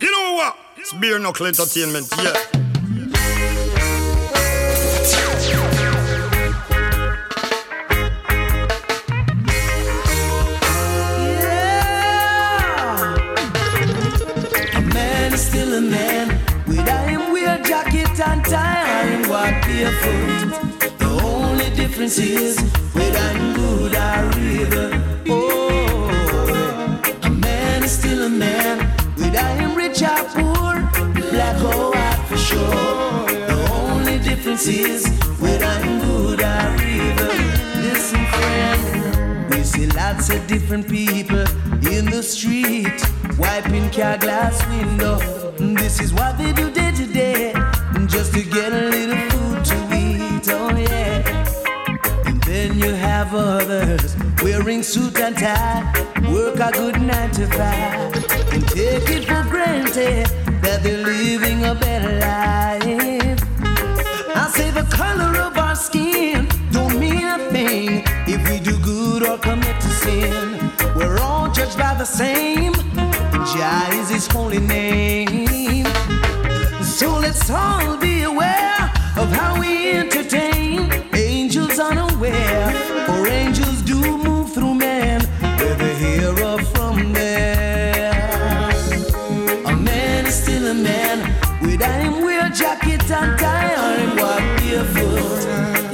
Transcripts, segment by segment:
Noah. It's Beer Knuckle Entertainment, yeah. Yeah. A man is still a man with iron wheel jacket and tie iron what barefoot. The only difference is whether I'm good or evil. Oh, a man is still a man with iron rich or poor, black or white for sure. The only difference is whether I'm good or evil. Listen, friend, we see lots of different people in the street, wiping car glass window. This is what they do day to day, just to get a little food to eat. Oh yeah. And then you have others wearing suit and tie, work a good nine to five, and take it for granted that they're living a better life. I say the color of our skin don't mean a thing if we do good or commit to sin. We're all judged by the same, and Jah is His holy name. So let's all be aware of how we entertain. Angels unaware, for angels do move through men, whether here or from there. A man is still a man with iron wear jacket and tie iron walk barefoot.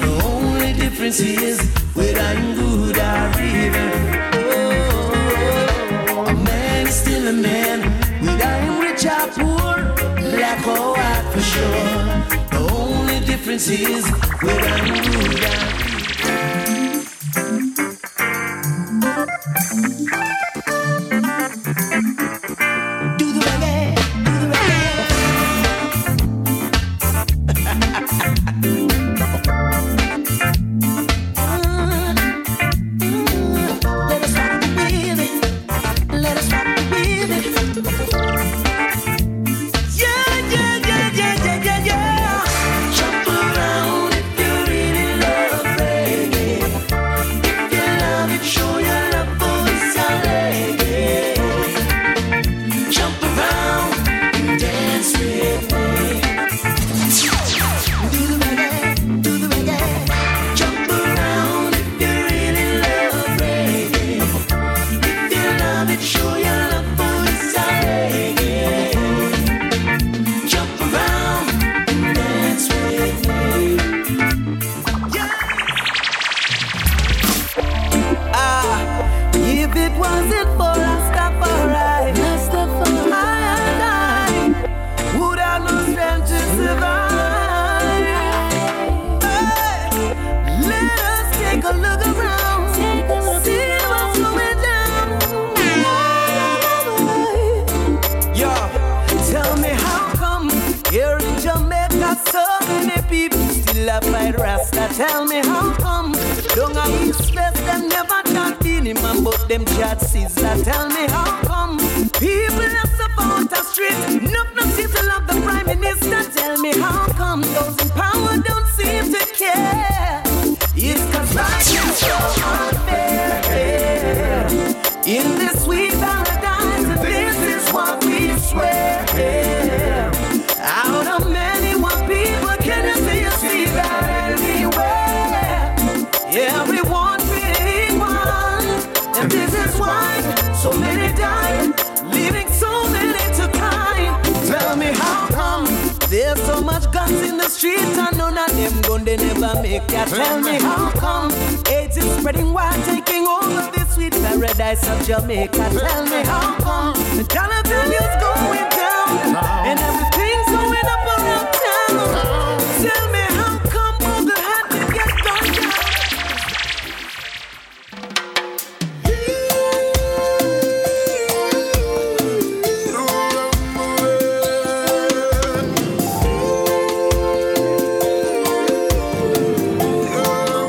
The only difference is whether I'm good or evil. Oh, a man is still a man with iron rich or poor, black or white for sure. The only difference is whether I'm good or evil. Do the reggae, do the reggae. Let us rock with it. Let us rock with it. Yeah, yeah, yeah, yeah, yeah, yeah, yeah. Jump around if you really love reggae. If you love it, show your love for this reggae. Jump around and dance with me. Do the reggae, do the reggae. Jump around if you really love reggae. If you love it, show your love for this reggae. Jump around and dance with me. Yeah. Ah, if it wasn't for Rastafari, Rastafari, I, I would have no strength to survive. Hey, let us take a look around, see what's going down. Yo, tell me how come here in Jamaica so many people still have my Rasta? Tell me how come down on East West them never talk dealing man but them chat scissor? Tell me how come people are so out of street? Not no title of the prime minister. Tell me how come those in power don't seem to care? It's cause life is so unfair. In this sweet paradise, this is what we swear. Out of many one people, can you see a fever anywhere? Everyone being one, and this is why so many die, leaving so many to cry. Tell me how come there's so much guns in the streets and none of them gun they never make ya. Tell me how come AIDS is spreading wide, taking over this sweet paradise of Jamaica. Tell me how come the dollar value's going down and everything's going up around town. Tell me how come all the happy get gone down.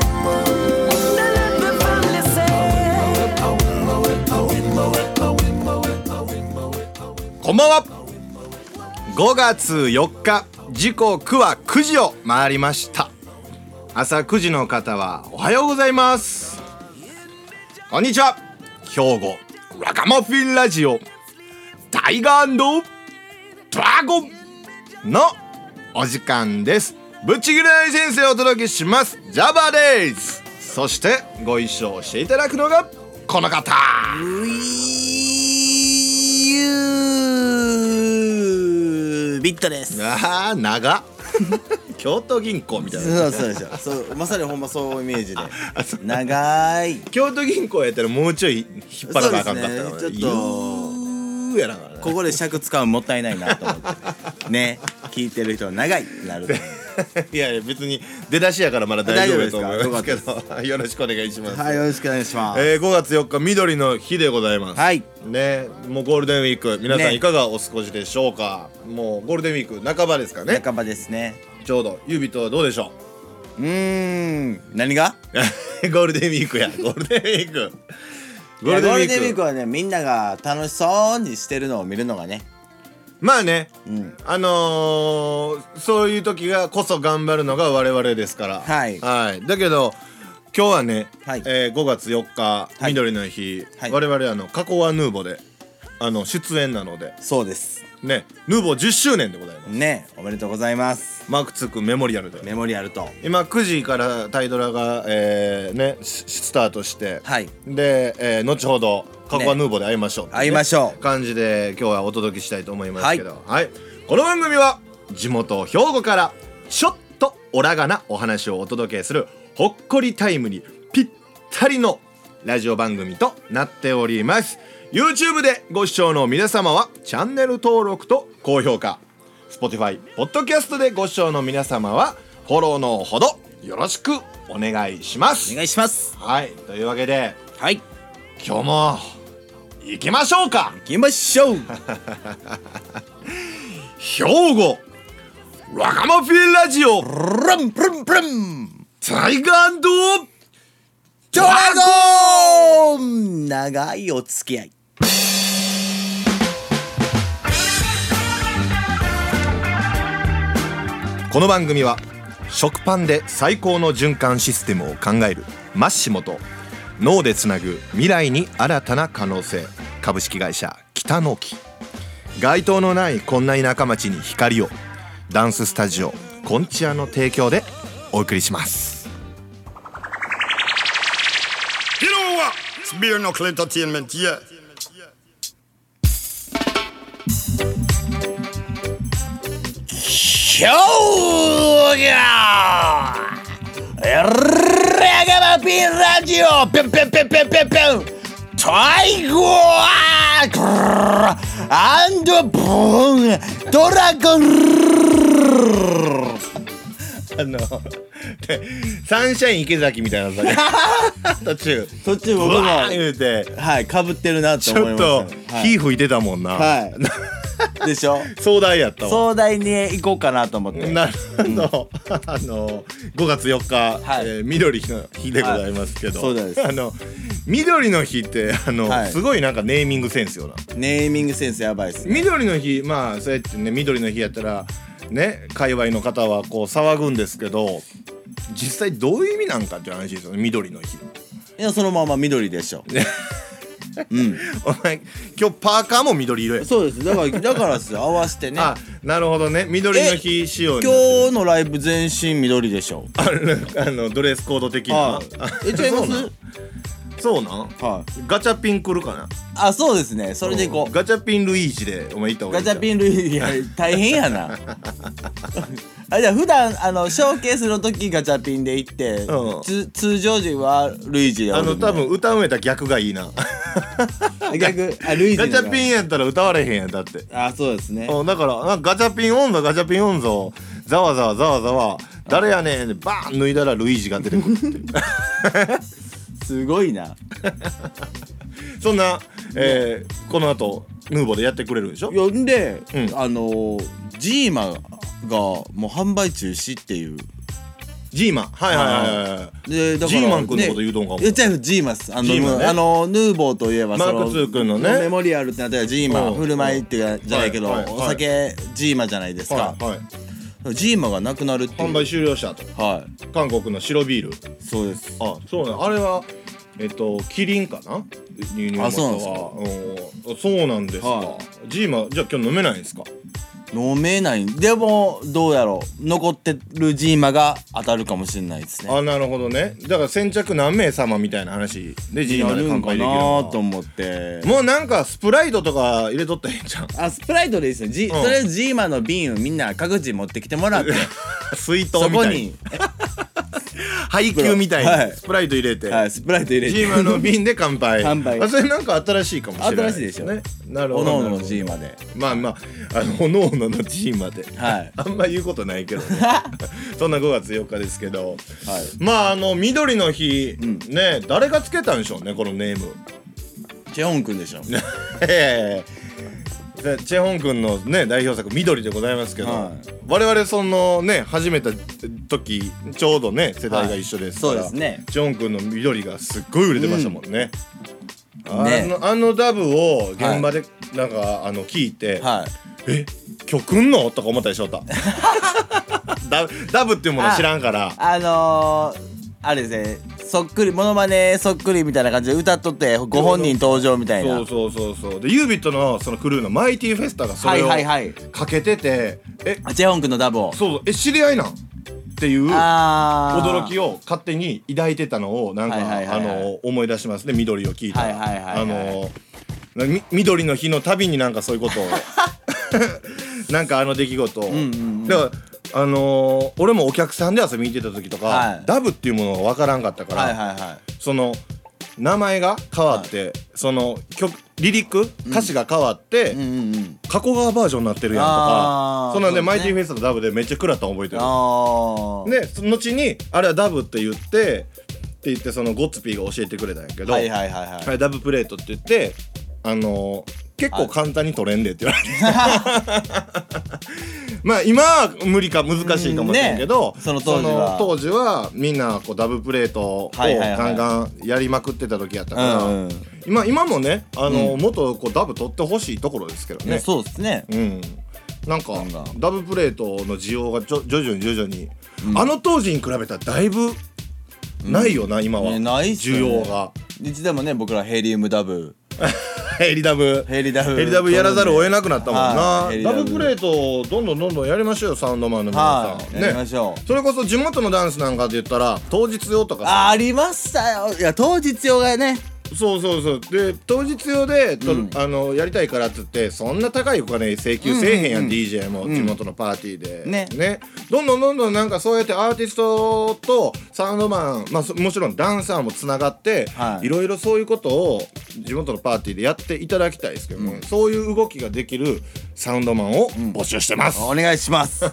Now let the family say. こんばんは5月4日時刻は9時を回りました朝9時の方はおはようございますこんにちは兵庫ラカマフィンラジオタイガードラゴンのお時間ですぶっちぎらない先生をお届けしますジャバデイズそしてご一緒していただくのがこの方ゆービットです。あー長 っ京都銀行みたいなそうそうでしょ。そうまさにほんまそうイメージでそ。長い。京都銀行やったらもうちょい引っ張らなあかんかったからそうですねちょゆーやながらねここで尺使うのもったいないなと思って。ね、聞いてる人は長いってなると思う。 いやいや別に出だしやからまだ大丈夫やと思いますけ大丈ど よろしくお願いします、はい、よろしくお願いします。えー、5月4日緑の日でございます、はい、ねもうゴールデンウィーク皆さんねいかがお過ごしでしょうか、もうゴールデンウィーク半ばですかね半ばですね。ちょうど指とはどうでしょうーん、何が？う ゴールデンウィークやゴールデンウィークゴゴーールルデデンンウウィィーーククはね、みんなが楽しそうにしてるのを見るのがね。まあねうん。あのー、そういう時がこそ頑張るのが我々ですからはいだけど今日はね、はいえー、5月4日い緑の日、はい我々あの過去はヌーボであの出演なのでそうです。ねヌーボー10周年でございますね、おめでとうございます。マークツークメモリアルでメモリアルと。今9時からタイドラが、えーねしスタートして、はいで、えー後ほど「カコアヌーボーで会いましょうってね、会いましょう感じで今日はお届けしたいと思いますけど、はいこの番組は地元兵庫からちょっとオラがなお話をお届けするほっこりタイムにぴったりのラジオ番組となっております YouTube でご視聴の皆様はチャンネル登録と高評価 Spotify、ポッドキャストでご視聴の皆様は、フォローのほどよろしくお願いします。お願いします。はい、というわけで、はい。今日も、行きましょうか行きましょう。兵庫、わがまフィラジオ、プルンプルンプルン。タイガードラゴン。長いお付き合い。この番組は、食パンで最高の循環システムを考えるマッシモと、脳でつなぐ未来に新たな可能性、株式会社北の木。街灯のないこんな田舎町に光をダンススタジオコンチアの提供でお送りします You know what? It's bare knuckle entertainment, yeah. 今日がラガマピンラジオピュンピュンピュンピュンピュンピュン最後はアンドブーンドラゴンあのサンシャイン池崎みたいなさ 途中そっち僕うもわー言うてはいかぶってるなとち思いょまっしたとはい火吹いてたもんな、はい、でしょ壮大やったわ壮大に行こうかなと思ってなるほど、 あの5月4日、はいえー緑の日でございますけど、はいそうですあの緑の日ってあの、はいすごいなんかネーミングセンスよなネーミングセンスやばいっすね緑の日まあそうやってね緑の日やったらね界隈の方はこう騒ぐんですけど実際どういう意味なんかっていう話ですよね緑の日いやそのまま緑でしょお前今日パーカーも緑色やそうですだからだからですよ合わせてねあなるほどね緑の日仕様になって今日のライブ全身緑でしょるあのドレスコード的なはいえちゃいまそうなんすそうなんはいガチャピン来るかなあそうですねそれでいこうガチャピンルイージでお前行った方がいガいチャンピン類いや大変や なあじゃあ普段あのショーケースの時ガチャピンで行って、うんつ通常時はルイージであの多分歌うんやったら逆がいいな逆あルイージガチャピンンやったら歌われへんやんだってあそうですねうんだからなんかガチャピン音頭ガチャピン音頭ざわざわざわざわ誰やねんでバーン脱いだらルイージが出てく るっていうすごいなそんな、えー、この後ヌーボーでやってくれるでしょ呼んで、うんあのージーマがもう販売中止っていうジーマンはいはいはいはいでだからジーマン君のこと言うとんかもねいや違うジーマンですあのジーマンねあのヌーボーといえばマそーのクツー君のねメモリアルってなったらジーマうンん振る舞いっていうかじゃないけはど、いはいはいお酒ジーマじゃないですか、はいはいジーマがなくなるっていう販売終了したとは韓国の白ビールいそうですあそうなんあれはえっとキリンかな輸入元はあそううんそうなんですか、はジーマじゃあ今日飲めないんですか飲めないでもどうやろう残ってるジーマが当たるかもしれないですねあなるほどねだから先着何名様みたいな話でジーやマでる乾んか杯なできるのと思ってもうなんかスプライトとか入れとったらええん ちゃうあスプライトでいいですねうジ、んとりあえずジーマの瓶をみんな各自持ってきても らって水筒そみこたいにに、配給みたいに、はいスプライト入れて、はい、スプライト入れジてーマの瓶で乾杯 乾杯あそれなんか新しいかもしれない新しいでしょねなるほおどのなおるほどののジーマでまあまああのおのおののジーマで、はい あんま言うことないけ どねそんな5月4日ですけど、はいまああの緑の日、ね誰がつけたんでしょうねこのネーム チェホンくんでしょええでチェホン君のね代表作「緑」でございますけど、はい我々そのね始めた時ちょうどね世代が一緒ですから、はいそうですねチェホン君の「緑」がすっごい売れてましたもんね。ねあのあのダブを現場でなんか、あの聞いて、はいえ今日来んのとか思ったでしょうた ダダブっていうもの知らんからあのー、あれですねそっくりモノマネそっくりみたいな感じで歌っとってご本人登場みたいなそうそうそうそうでユービットのそのクルーのマイティフェスタがそれをはいはいはいかけててえあチェホンくんのダブをそうそうえ知り合いなんっていうあー驚きを勝手に抱いてたのをなんか、はいはいはいはいあの思い出しますね緑を聞いたら、はいはいはいはいあのなみ緑の日のたびになんかそういう ことをなんかあの出来事を、だからあのー俺もお客さんで遊びに行ってた時とか、はいダブっていうものが分からんかったから、はいはいはその名前が変わって、その曲リリック歌詞が変わって、いうんうんうん加古川バージョンになってるやんとかあーそんなんで、そうでマすねイティフェスタのダブでめっちゃ食らったの覚えてるあーでその後にあれはダブって言ってって言ってそのゴッツピーが教えてくれたんやけど、はいはいはいはいあれダブプレートって言ってあのー結構簡単に取れんでって言われて まあ今は無理か難しいかもしれんけど、うんねその当時はその当時はみんなこうダブプレートをはいはいはいガンガンやりまくってた時やったうから、んうんね今今もねあのー、もっとこうダブ取ってほしいところですけどねそうですねうん、なんかんかダブプレートの需要がちょ徐々に徐々に、あの当時に比べたらだいぶないよな、今は、ねないっすよ需要ねがいつでもね僕らヘリウムダブヘリダブヘリダブヘリダブやらざるを得なくなったもんな、はいヘリダダブブプレートをどんどんどんどんやりましょうよサウンドマンの皆さはいん、やりましょうそれこそ地元のダンスなんかで言ったら当日用とかさあありましたよいや当日用がねそうそうそうで当日用でとる、あのやりたいからっつってそんな高いお金請求せえへんやん、DJ も地元のパーティーで、ねどんどんどんどんなんかそうやってアーティストとサウンドマン、まあ、そもちろんダンサーもつながって、はいいろいろそういうことを地元のパーティーでやっていただきたいですけども、そういう動きができるサウンドマンを募集してます、お願いします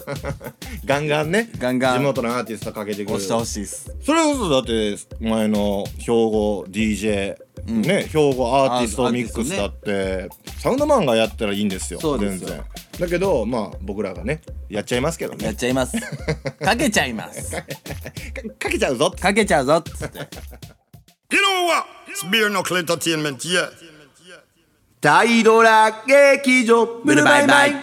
ガンガンねガンガン地元のアーティストかけてく押るしてほしいですそれこそだって前の兵庫 DJ、ね兵庫アーティストミックスだって、サウンドマンがやったらいいんですよそうですよ全然だけどまあ僕らがねやっちゃいますけどやっねちゃいますかけちゃいますかかけちゃうぞ かけちゃうぞっつって You know what? It's bare knuckle entertainment, yeah. 大ドラ劇場ブルバイバイ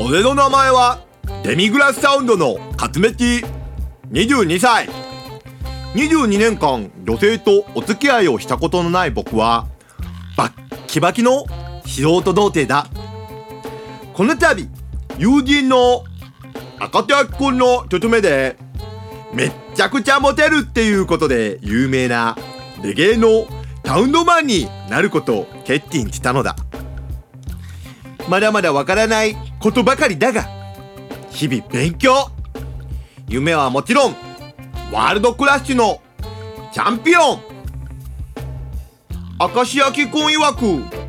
俺の名前はデミグラスサウンドの勝目木22歳22年間女性とお付き合いをしたことのない僕はバッキバキの素人童貞だこの度友人の赤手明君のちょめでめっちゃくちゃモテるっていうことで有名なレゲエのタウンドマンになることを決心したのだまだまだわからないことばかりだが日々勉強夢はもちろんワールドクラッシュのチャンピオン明石焼き君曰く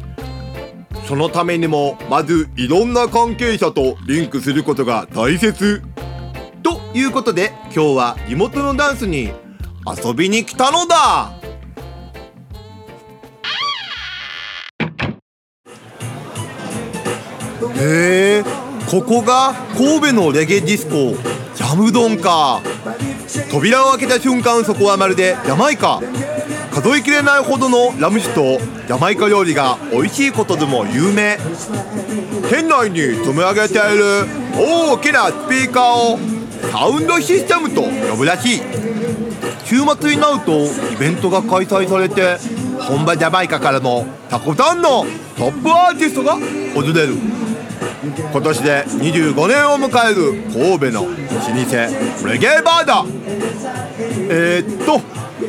そのためにもまずいろんな関係者とリンクすることが大切ということで今日は地元のダンスに遊びに来たのだへえここが神戸のレゲエディスコジャダムドンか扉を開けた瞬間そこはまるでジャマイカ数えきれないほどのラム酒とジャマイカ料理が美味しいことでも有名店内に積み上げている大きなスピーカーをサウンドシステムと呼ぶらしい週末になるとイベントが開催されて本場ジャマイカからもたくさんのトップアーティストが訪れる今年で25年を迎える神戸の老舗レゲエバーだえー、っと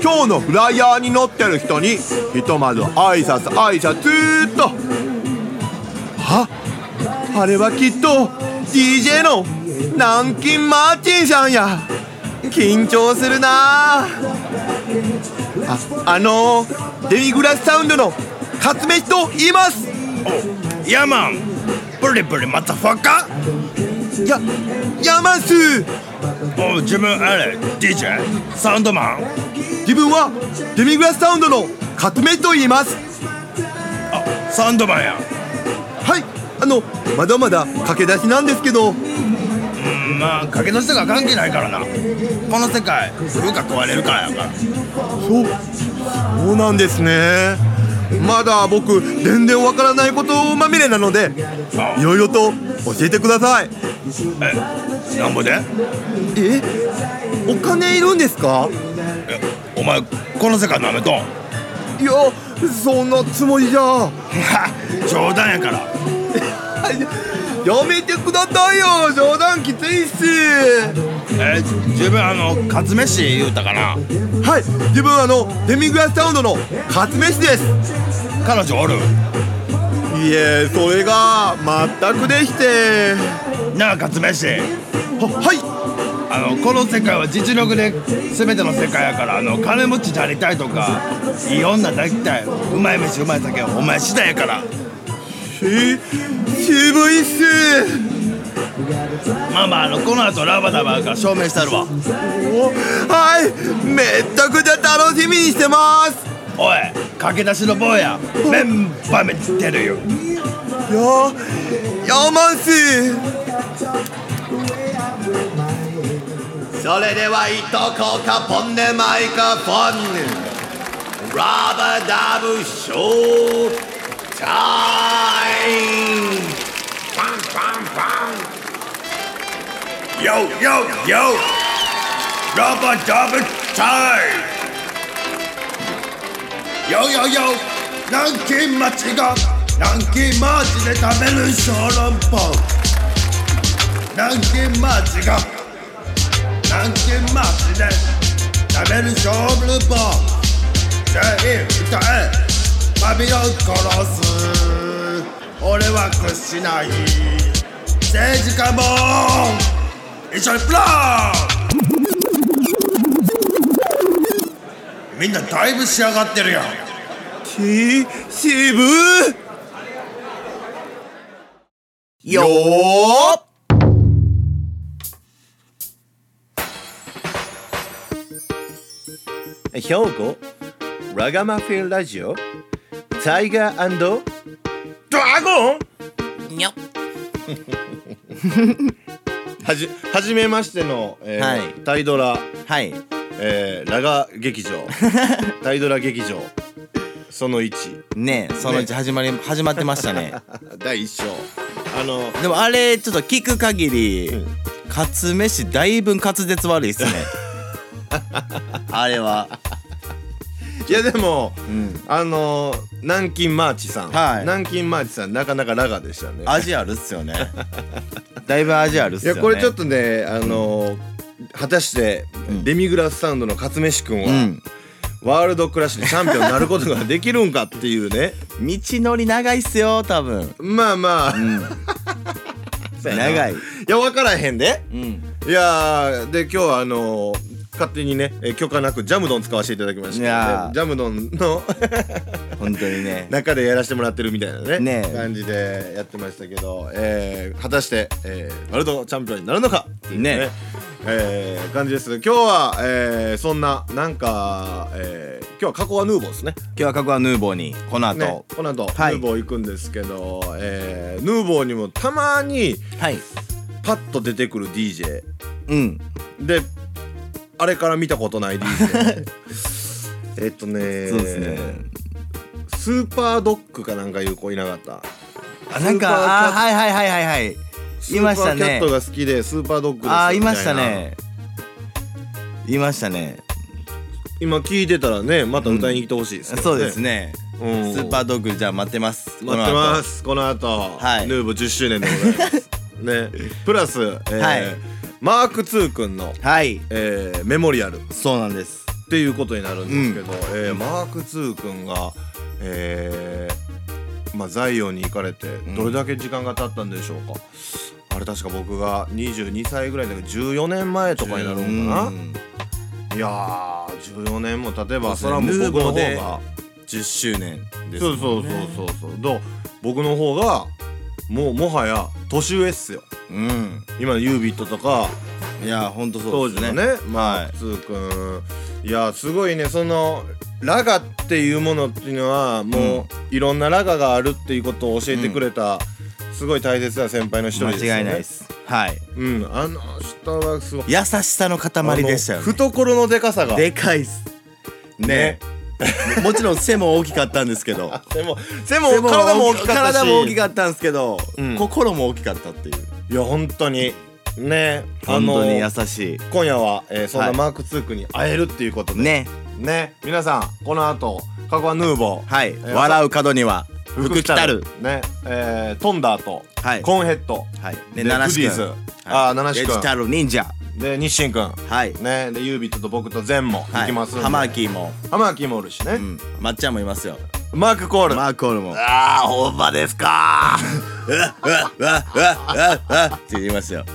今日のフライヤーに載ってる人にひとまず挨拶挨拶っとああれはきっと DJ の南京マーチンさんや緊張するなああのデミグラスサウンドの勝目と言いますヤマンブリブリマタファカや山スお自分あれ DJ サウンドマン自分はデミグラスサウンドの革命と言いますサウンドマンやはいあのまだまだ駆け出しなんですけどまあ駆け出しとか関係ないからなこの世界風か壊れるからやからそうそうなんですねまだ僕全然わからないことまみれなのでいろいろと教えてくださいえなんぼでえお金いるんですかえお前この世界なめとん いやそんなつもりじゃ冗談やからやめてくださいよ冗談きついっすえ自分あのカツ飯言うたかなはい自分あのデミグラスサウンドの勝目氏です彼女おるいえそれが全くでしてなあカツ飯ははいあのこの世界は実力で全ての世界やからあの金持ちになりたいとかいい女抱きたいうまい飯うまい酒お前次第やからえ渋いっすまあまああのこの後ラバダバが証明したるわおはいめったくちゃ楽しみにしてますおい駆け出しの坊やメンバメってるよいややまんすそれではいとこかポンでマイカポンラバダブショータイム Yo, yo, yo! Rubber Dubber Time! Yo, yo, yo! 南京町が南京町で食べる小籠包南京町が南京町で食べる小籠包全員歌えパビロン殺す俺は屈しない政治家も一緒にプランみんなだいぶ仕上がってるやんきしぶよ兵庫ラガマフィンラジオタイガードラゴンにょはじはじめましての、えーはいタイドラ、はいえーラガ 劇場タイドラ劇場その1ねえそのうち始まり、始まってましたね第1章あのでもあれちょっと聞く限り、んカツ飯だいぶん滑舌悪いっすね あれはいやでもうんあの南京マーチさん、はい南京マーチさんなかなかラガでしたね味あるっすよねだいぶ味あるっいすよやねこれちょっとねあの果たして、デミグラスサウンドの勝飯君は、うんワールドクラスのチャンピオンになることができるんかっていうね 道のり長いっすよ多分まあまあ、そうやな長いいや分からへんでうんいやーで今日はあのー勝手にねえー許可なくジャムドン使わせていただきましいた、やージャムドンの 本当にね中でやらせてもらってるみたいなねねえ感じでやってましたけど、えー果たして、えーワールドチャンピオンになるのかっていうねねえー感じです今日は、えーそんななんか、えー今日は加古はヌーボーですね今日は過去はヌーボーにこの後、ねこの後、はいヌーボー行くんですけど、えーヌーボーにもたまにはいパッと出てくる DJ うんであれから見たことないリ ーズえっとねそうですねスーパードッグかなんかいう子いなかったあなんスーパーかあキャッはいはいはいはいはいいましスーパーたキャッねトが好きでスーパードッグですみたいなあーいましたねいましたね今聞いてたらねまた歌いに来てほしいですけそどうですねうんスーパードッグじゃあ待ってます待ってますすこの後はいヌーボ10周年でございますねプラス、えーはいマーク2くんの、はいえーメモリアルっそうなんですていうことになるんですけど、えーマーク2くんが、えーまあ、ザイオンに行かれてんどれだけ時間が経ったんでしょうか、あれ確か僕が22歳ぐらいだから14年前とかになるんかな、うんいやー14年も例えばそそれれははももうう僕僕のの方方がが10周年ですそうそうそうそうそうどう僕の方がもうもはや年上っすようん今のユービットとかいやほんとそ当うで時すねのねまはあいつーくんいやすごいねそのラガっていうものっていうのはもういろんなラガがあるっていうことを教えてくれたすごい大切な先輩の一人ですよね間違いないですはいうんあの人はすごい優しさの塊でしたよあのね懐のでかさがでかいっすねね もちろん背も大きかったんですけど背も 背も体も大きかったし体も大きかったんですけど、うん心も大きかったっていういや本当にねあ本の当に優し今夜は、えーそんはないマークツークに会えるっていうこといで、ねね皆さんこの後過去はヌーボーはい、ー笑う角には福福来来たたるるねえー、トンダーと、はいコーンヘッド、はいでねグ七七ディーズ、ああ七デ七ジタ君ル忍者で日清君はい、ねでユービットと僕とゼンもはい、行きますんで、ハマーキーも、ハマーキーもおるしね、うん、まっちゃんもいますよマークコール、マークオールもああほんまですかうわうわうわうわうわって言いますよ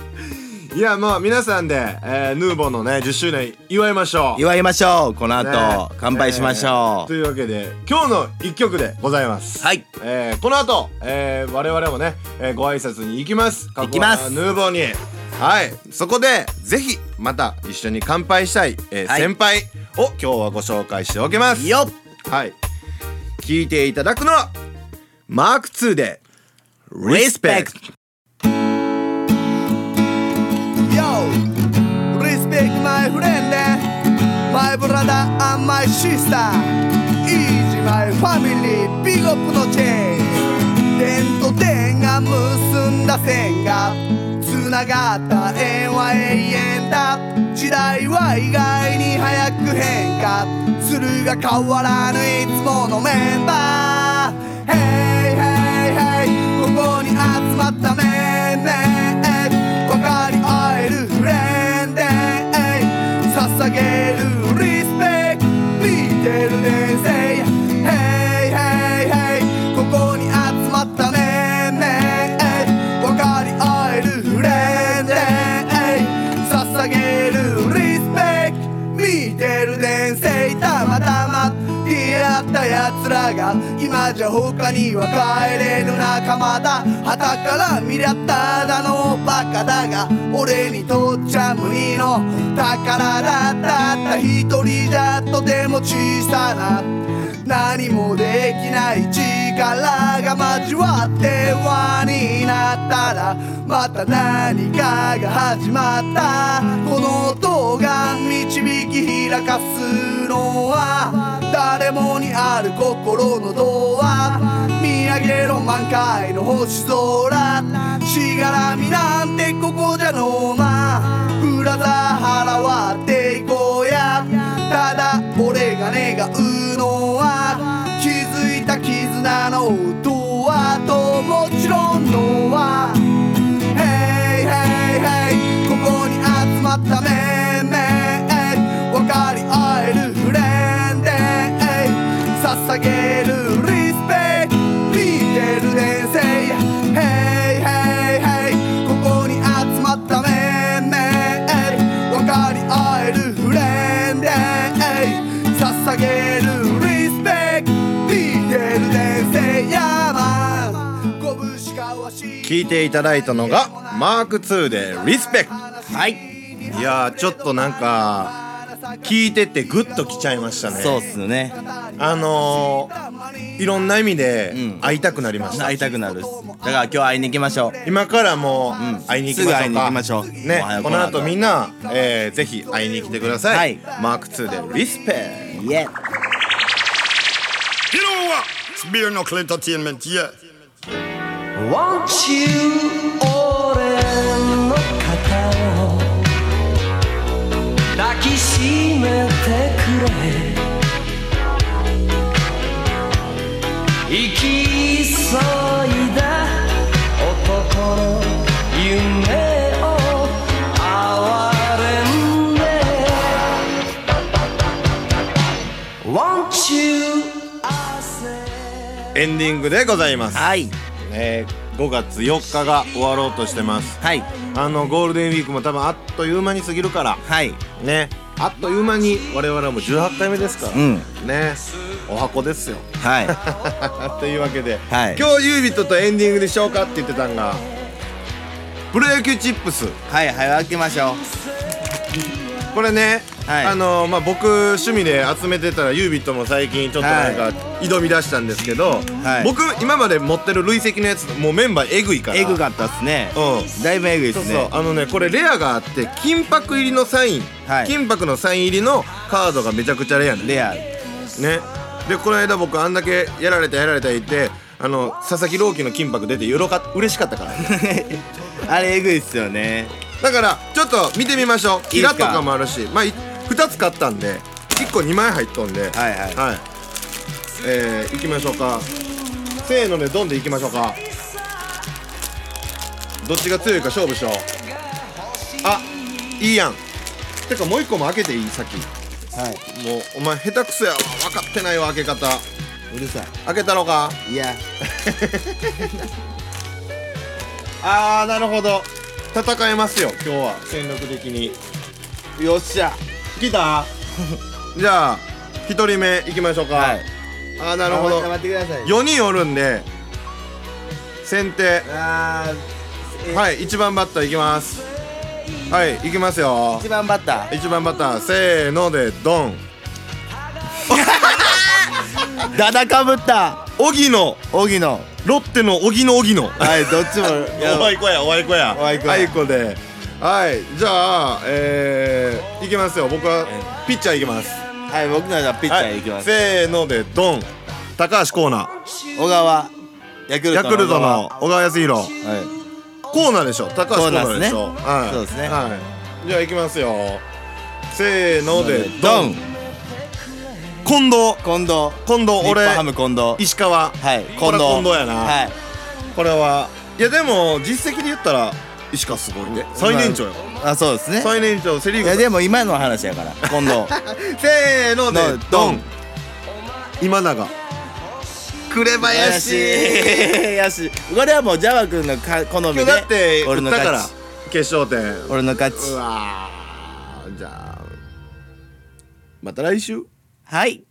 いやまあ皆さんで、えー、ヌーボーのね10周年祝いましょう祝いましょうこの後、ね乾杯しましえーょう、というわけで今日の一曲でございますはいえーこの後、えー我々もね、えーご挨拶に行きます行きますヌーボーにはいそこでぜひまた一緒に乾杯したい、えーはい先輩を今日はご紹介しておきますよっはい聞いていただくのはマーク2でリスペクト Yo, respect my friend, my brother and my sister. Easy my family, big up のチェーン。点と点が結んだ線が繋がった縁は永遠だ。時代は意外に早く変化するが変わらぬいつものメンバー。Hey, hey, hey, ここに集まったメンバー。分かり合えるフレンデ捧げるリスペクト見てる伝説 Hey hey hey ここに集まったねね分かり合えるフレンデ捧げるリスペクト見てる伝説たまたま出会った奴らが今じゃ他には帰れぬ仲間だ旗から見りゃただのバカだが俺にとっちゃ無二の宝だったった一人じゃとても小さな何もできない力が交わって輪になったらまた何かが始まったこの音が導き開かすのは誰もにある心のドア見上げろ満開の星空しがらみなんてここじゃのま裏ざ払わっていこうやただ俺が願うのは気づいた絆の音はともちろんのは Hey hey hey ここに集まったメンメン分かり合えるフレンデ捧げるリスペクト見てる伝説 Hey hey hey ここに集まったメンメン分かり合えるフレンデ捧げるリスペクト見てる伝説山拳交わし聞いていただいたのがマーク2でリスペクトはいいやーちょっとなんか聞いててグッときちゃいましたねそうっすねあのー、いろんな意味でうん会いたくなりました、会いたくなるっすだから今日会いに行きましょう今からもう、うん会いに行きましょうかすぐ会いに行きましょうねおはようこの後この後みんな、えー、ぜひ会いに来てください、はマーク2でリスペイエ You know what? It's beer knuckle entertainment, yeah. Want you 俺の肩を抱きしめてくれ生き急いだ男の夢を憐れんで Want you エンディングでございます、はいえー、5月4日が終わろうとしてますはいあのゴールデンウィークも多分あっという間に過ぎるからはいねあっという間に我々も18回目ですから、うんねお箱ですよは いというわけで、はい今日ユービットとエンディングでしようかって言ってたんがプロ野球チップスはいはい開けましょうこれね、はいあのまあ、僕趣味で集めてたらユービットも最近ちょっとなんか挑み出したんですけど、はい僕今まで持ってる累積のやつもうメンバーエグいからエグかったっすねうんだいぶエグいっそうすそうねあのねこれレアがあって金箔入りのサイン、はい金箔のサイン入りのカードがめちゃくちゃレアねレア ねでこの間僕あんだけやられたやられた言ってあの佐々木朗希の金箔出てよろか嬉しかったからあれエグいっすよねだからちょっと見てみましょういキいっすラかとかもあるしまあい2つ買ったんで1個2枚入っとんでははいはいえー、いきましょうかせーのでドンでいきましょうかどっちが強いか勝負しようあいいやんてかもう1個も開けていいさっきはいもうお前下手くそやわ分かってないわ開け方うるさ開けたのかいいや あーなるほど戦えますよ今日は戦力的によっしゃ来 たじゃあ1人目いきましょうか、はいあーなるほど頑張ってください4人おるんで先手あはい1番バッターいきますはいいきますよー一番バッター1番バッターせーのでドンダダかぶった荻野荻野ロッテの荻野荻野はい どっちもい子やおあい子やおあいこやあいこではいじゃあえー、いきますよ僕はピッチャーいきますはい僕のじゃあピッチャーいきます、せーのでドン高橋コーナ小川ヤクルートヤのクルトのは小川康弘いコーナーでしょ高橋コーナーでしょコーナーはっすねいそうですねはいじゃあ行きますよせーのでドドンン近藤近藤近藤日本俺ハム近藤石川はい近藤これは近藤やなはいこれはいやでも実績で言ったら石川すごいね最年長よあそうですね最年長セ・リーいグやでも今の話やから近藤せーのでドのドンン今永紅林やし これはもうジャワ君のか好み今で日だって俺打のったから勝ち決勝点俺の勝うちわーじゃあまた来週はい